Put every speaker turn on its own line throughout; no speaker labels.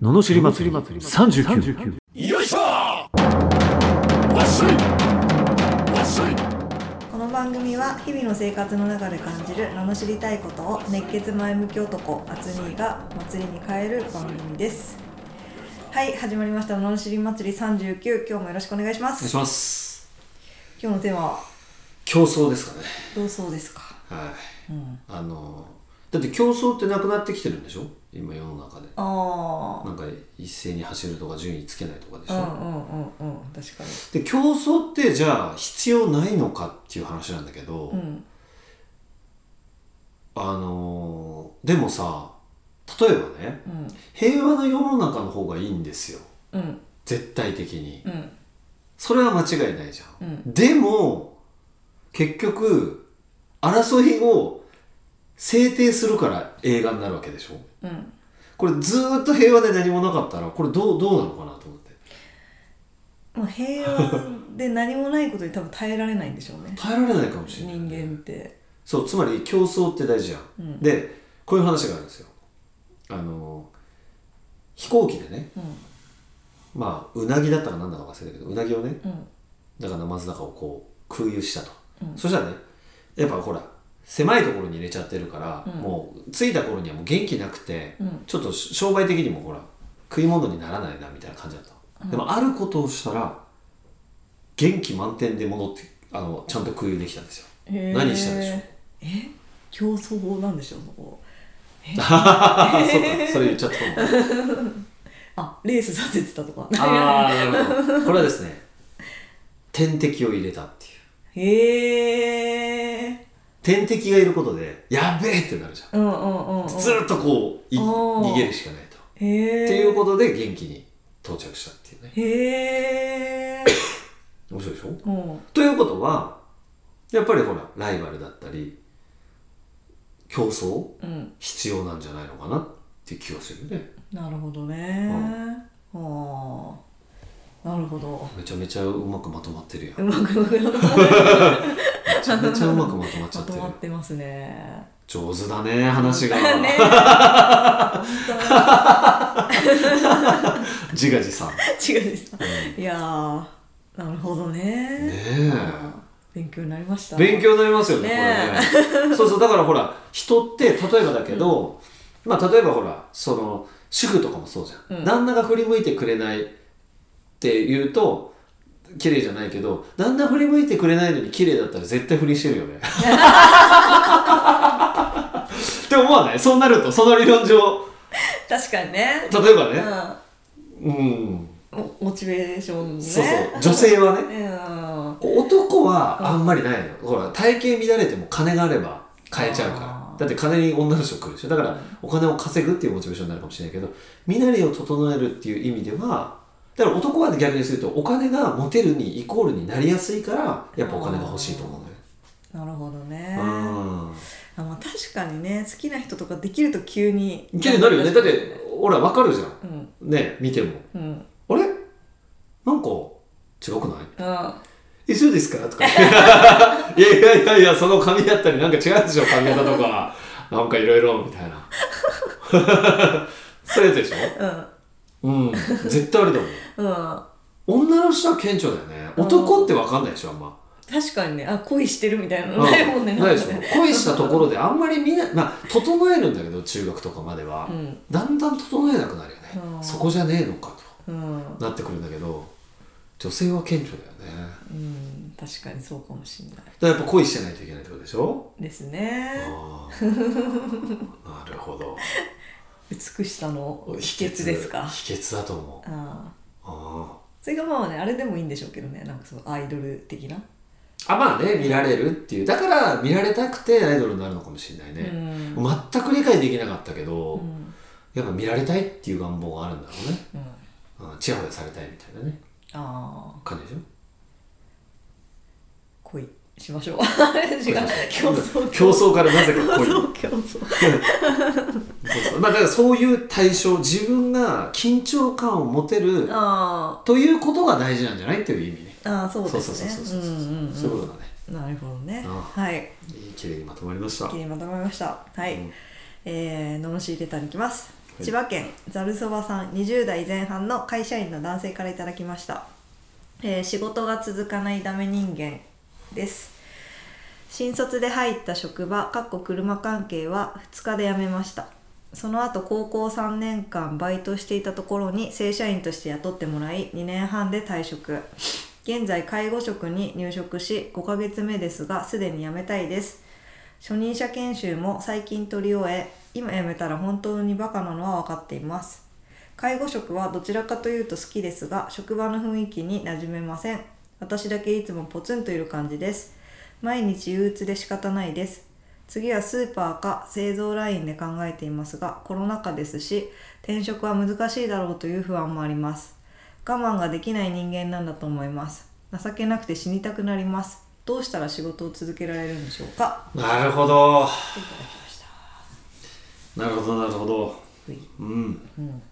ののしり祭り39
よいしょわっしょいわっしょい
この番組は日々の生活の中で感じる罵りたいことを熱血前向き男アツニーが祭りに変える番組ですはい始まりました罵り祭り39今日もよろしくお願いしま
お願い
す
します
今日のテーマは
競争ですかね
どうそうですか
はい
うん
あのだって競争ってなくなってきてるんでしょ今世の中で
あ
なんか一斉に走るとか順位つけないとかでし
あうん
ょ、
うんうんうん確か
で
に
競争ってじゃあ必要ないのかっていう話なんだけど、
うん
あのーでもさ例えばね
うん
平和な世の中の方がいいんですよ
うん
絶対的に
うん
それは間違いないじゃん
うん
でも結局争いを制定するから映画になるわけでしょ
うん
これずーっと平和で何もなかったらこれどうどうなのかなと思って
もう平和で何もないことに多分耐えられないんでしょ うね
耐えられないかもしれない
人間って
そうつまり競争って大事じゃん、
うん
でこういう話があるんですよあの飛行機でね
うん
まあうなぎだったかなんだか忘れたけどうなぎをね
うん
だから松坂をこう空輸したと、
うん
そしたらねやっぱほら狭いところに入れちゃってるから、
うん
もう着いた頃にはもう元気なくて、
うん
ちょっと商売的にもほら食い物にならないなみたいな感じだった、
うん
でもあることをしたら元気満点で戻ってあのちゃんと空輸できたんですよ
へー
何したでしょう
え競争法なんでしょうそこ
ああそうかそれ言っちゃったもんね
あレースさせてたとか
ああなるほどこれはですね点滴を入れたっていう
へえ
点滴がいることでやべえってなるじゃん
うんうんうんうん
ずーっとこうい
おー
逃げるしかないと
へえ
っていうことで元気に到着したっていうね
へえ
面白いでしょ
うん
ということはやっぱりほらライバルだったり競争
うん
必要なんじゃないのかなっていう気がするよね
なるほどねああなるほど
めちゃめちゃうまくまとまってるやん
う
め
まくま
ちゃめちゃうまくまとまっちゃって
と
る
まってますね
上手だ ね話が
ね
自画自賛ね
違うですいやーなるほどね勉強になりました
え勉強になりますよね
ね
これ ねそうそうだからほら人って例えばだけど、まあ例えばほらその主婦とかもそうじゃん、
うん
旦那が振り向いてくれないって言うと綺麗じゃないけど旦那振り向いてくれないのに綺麗だったら絶対不倫してる よねって思わないそうなるとその理論上
確かにね
例えば
う
ね
ん
うん
モモチベーションね
そうそう女性はね
うん
男はあんまりないの、ほら体型乱れても金があれば買えちゃうか
あー
らだって金に女の人来るでしょだからお金を稼ぐっていうモチベーションになるかもしれないけど身なりを整えるっていう意味ではだから男は逆にするとお金がモテるにイコールになりやすいからやっぱお金が欲しいと思うんだよね
なるほどね
うん
あまあ確かにね好きな人とかできると急に
綺麗になるよねだってほらわかるじゃん
うん
ね見ても
うん
あれなんか違くない
あ
え、そうですかと か。いやいやいやいや、その髪だったりなんか違うでしょ、髪型とか。なんかいろいろ、みたいな。 そういうやつでしょ
うん
うん。絶対あれだもん。
うん
女の人は顕著だよね。男ってわかんないでしょ、あんま。
確かにねあ恋してるみたいな
うん
のないもんね
ないでし
ん
ょ
かね。
恋したところであんまり見ない、まあ、整えるんだけど、中学とかまでは
う。ん
だんだん整えなくなるよね
う。ん
そこじゃねえのか
うん、
となってくるんだけど、女性は顕著だよね。
うん、確かにそうかもしれない
だからやっぱ恋してないといけないってことでしょ
ですね
あ ーなるほど
美しさの秘訣ですか
秘訣だと思う
ああ
あ
それがまあねあれでもいいんでしょうけどねなんかそのアイドル的な、
ーあまあね見られるっていうだから見られたくてアイドルになるのかもしれないね、
うん
全く理解できなかったけど、
うん
やっぱ見られたいっていう願望があるんだろうね
う
う
ん、
んちやほやされたいみたいなね
ああ
感じでしょ
恋しましょう 違う競争
競争からなぜか
競
恋
争競争
そうそうまあだからそういう対象自分が緊張感を持てる
あ
ということが大事なんじゃないっていう意味ね
ーあーそう
そう
で
そう
す
そうそうそ
ね
うそう
うんうんうん
そういうことだね
なるほどね
うん
はい
いい綺麗にまとまりました
綺麗にまとまりましたはい、
うん
えー、ののし入れたに行きます千葉県ざるそばさん20代前半の会社員の男性からいただきました、えー仕事が続かないダメ人間です新卒で入った職場かっこ車関係は2日で辞めましたその後高校3年間バイトしていたところに正社員として雇ってもらい2年半で退職現在介護職に入職し5ヶ月目ですがすでに辞めたいです初任者研修も最近取り終え今辞めたら本当にバカなのは分かっています介護職はどちらかというと好きですが職場の雰囲気に馴染めません私だけいつもポツンといる感じです毎日憂鬱で仕方ないです次はスーパーか製造ラインで考えていますがコロナ禍ですし転職は難しいだろうという不安もあります我慢ができない人間なんだと思います情けなくて死にたくなりますどうしたら仕事を続けられるんでしょうか
なるほど
といただきました
なるほどなるほど
うい
うん
うん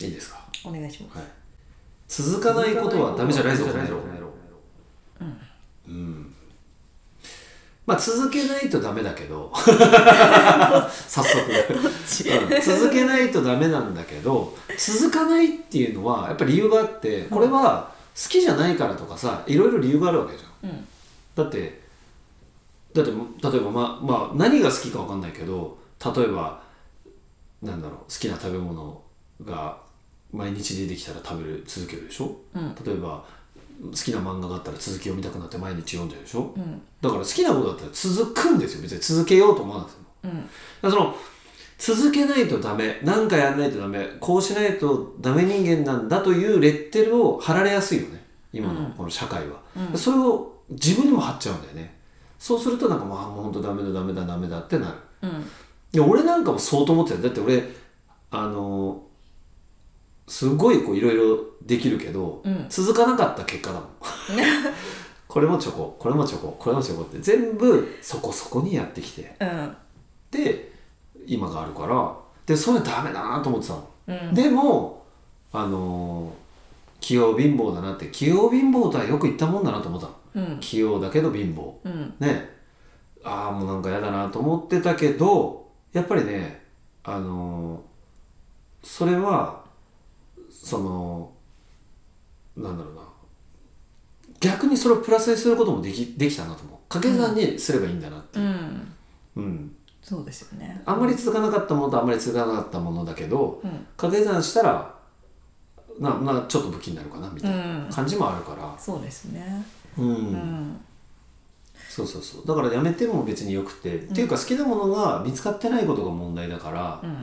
いいですか
お願いします
はい続かないことはダメじゃないぞこの野郎うんまあ続けないとダメだけど 早速うん 続けないとダメなんだけど続かないっていうのはやっぱり理由があってこれは好きじゃないからとかさいろいろ理由があるわけじゃん
うん
だってだって例えばまあまあ何が好きか分かんないけど例えばなんだろう好きな食べ物が毎日出てきたら食べる続けるでしょ
うん
例えば好きな漫画があったら続き読みたくなって毎日読んじゃうでしょ
うん
だから好きなことだったら続くんですよ別に続けようと思わなくても
う
だ
ん
からその続けないとダメ何かやんないとダメこうしないとダメ人間なんだというレッテルを貼られやすいよね今
う
の
ん
この社会は、
うん
それを自分にも貼っちゃうんだよねそうするとなんかもうあもうほんとダメだダメだダメだってなる
うん
いや俺なんかもそうと思ってただって俺あのすごいこういろいろできるけど、
うん
続かなかった結果だもん これもちょここれもちょここれもちょこって全部そこそこにやってきて
うん
で今があるからでそれはダメだなと思ってたの、
うん
でもあのー器用貧乏だなって器用貧乏とはよく言ったもんだなと思ったの
うん
器用だけど貧乏
うん
ねああもうなんか嫌だなと思ってたけどやっぱりねあのーそれはそのなんだろうな逆にそれをプラスにすることもできできたなと思う掛け算にすればいいんだなって、
うん
うん、
そうですよね
あんまり続かなかったものとあんまり続かなかったものだけど
うん
掛け算したらななちょっと武器になるかなみ
う
たいなん感じもあるから、
そうですね
うん
うん
そうそうそうだからやめても別によくて、っていうか好きなものが見つかってないことが問題だから、
うん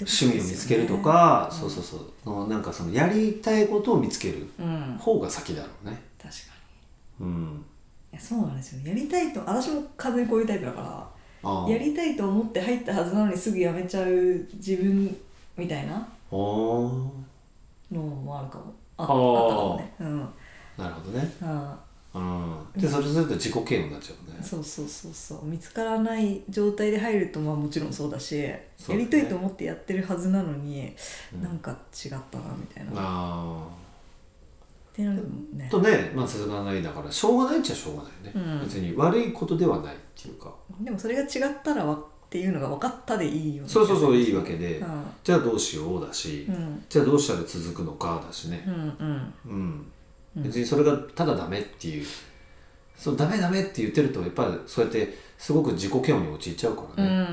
趣味を見つけるとか、そうそうそうのなんかそのやりたいことを見つける
うん
方が先だろうね
確かに
うん
いやそうなんですよねやりたいと私も完全にこういうタイプだから
ああ
やりたいと思って入ったはずなのにすぐ辞めちゃう自分みたいな
あー
のもあるかもああ
あー
ったかもねうん
なるほどね
あ
うんでそれすると自己嫌悪になっちゃうね
ーそうそうそうそう見つからない状態で入るとまあもちろんそうだし
そう
や
だね
りたいと思ってやってるはずなのに、
うん
なんか違ったなみたいな、っ
ああ
てなるもんね
とね、まあ、続かないだからしょうがないっちゃしょうがないよね、
うん
別に悪いことではないっていうか、
でもそれが違ったらわっていうのが分かったでいいよね
そうそうそういいわけで、
うん
じゃあどうしようだし、
うん
じゃあどうしたら続くのかだしね
うんうん
うん、
うん
別にそれがただダメっていうそうダメダメって言ってるとやっぱりそうやってすごく自己嫌悪に陥っちゃうか
う
らね、
ん
う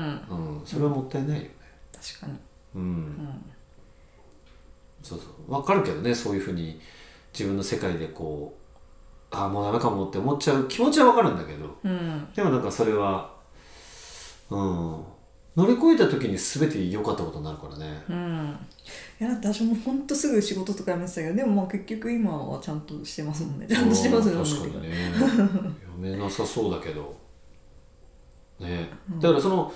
んそれはもったいないよね
確かに
うん、
うん
そうそうわかるけどねそういうふうに自分の世界でこうああもうダメかもって思っちゃう気持ちはわかるんだけど、
うん
でもなんかそれはうん乗り越えた時に全て良かったことになるからね
うんいやだって私もほんとすぐ仕事とか辞めてたけどでもまあ結局今はちゃんとしてますもんねちゃんとしてます
う
よ
ん確かにねやめなさそうだけどねだからその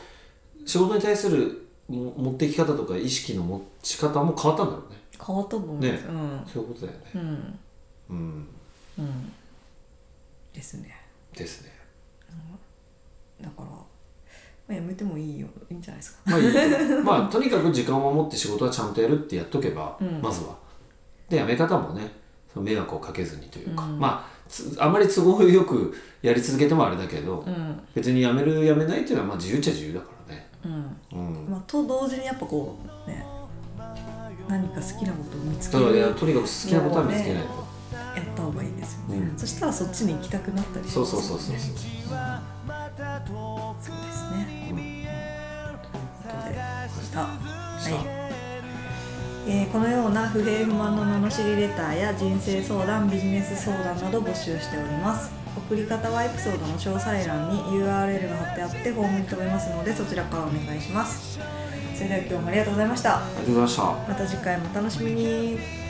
仕事に対するも持っていき方とか意識の持ち方も変わったんだろうね
変わったと思うんです、うん
そういうことだよね
うん
うん
うんですね
ですね
だから、まあ、辞めてもいいよいいんじゃないですか
まあいい とまあとにかく時間を守って仕事はちゃんとやるってやっとけば、
うん
まずはでやめ方もねその迷惑をかけずにというか、
うん
まあつあまり都合よくやり続けてもあれだけど、
うん
別にやめるやめないっていうのはまあ自由っちゃ自由だからね
う
う
ん
ん
まあ、と同時にやっぱこうね何か好きなことを見つけ
だから
る
い
や
やとにかく好きなことは見つけないと、
った方がいいですよね、
うん
そしたらそっちに行きたくなったりし
そ
ま
う
す
そう
よね
そうそうそう
そうですね
うん
ということでした
した
はいえーこのような不平不満の罵りレターや人生相談ビジネス相談など募集しております送り方はエピソードの詳細欄に URL が貼ってあってフォームに飛べますのでそちらからお願いしますそれでは今日もありがとうございました
ありがとうございました
また次回もお楽しみに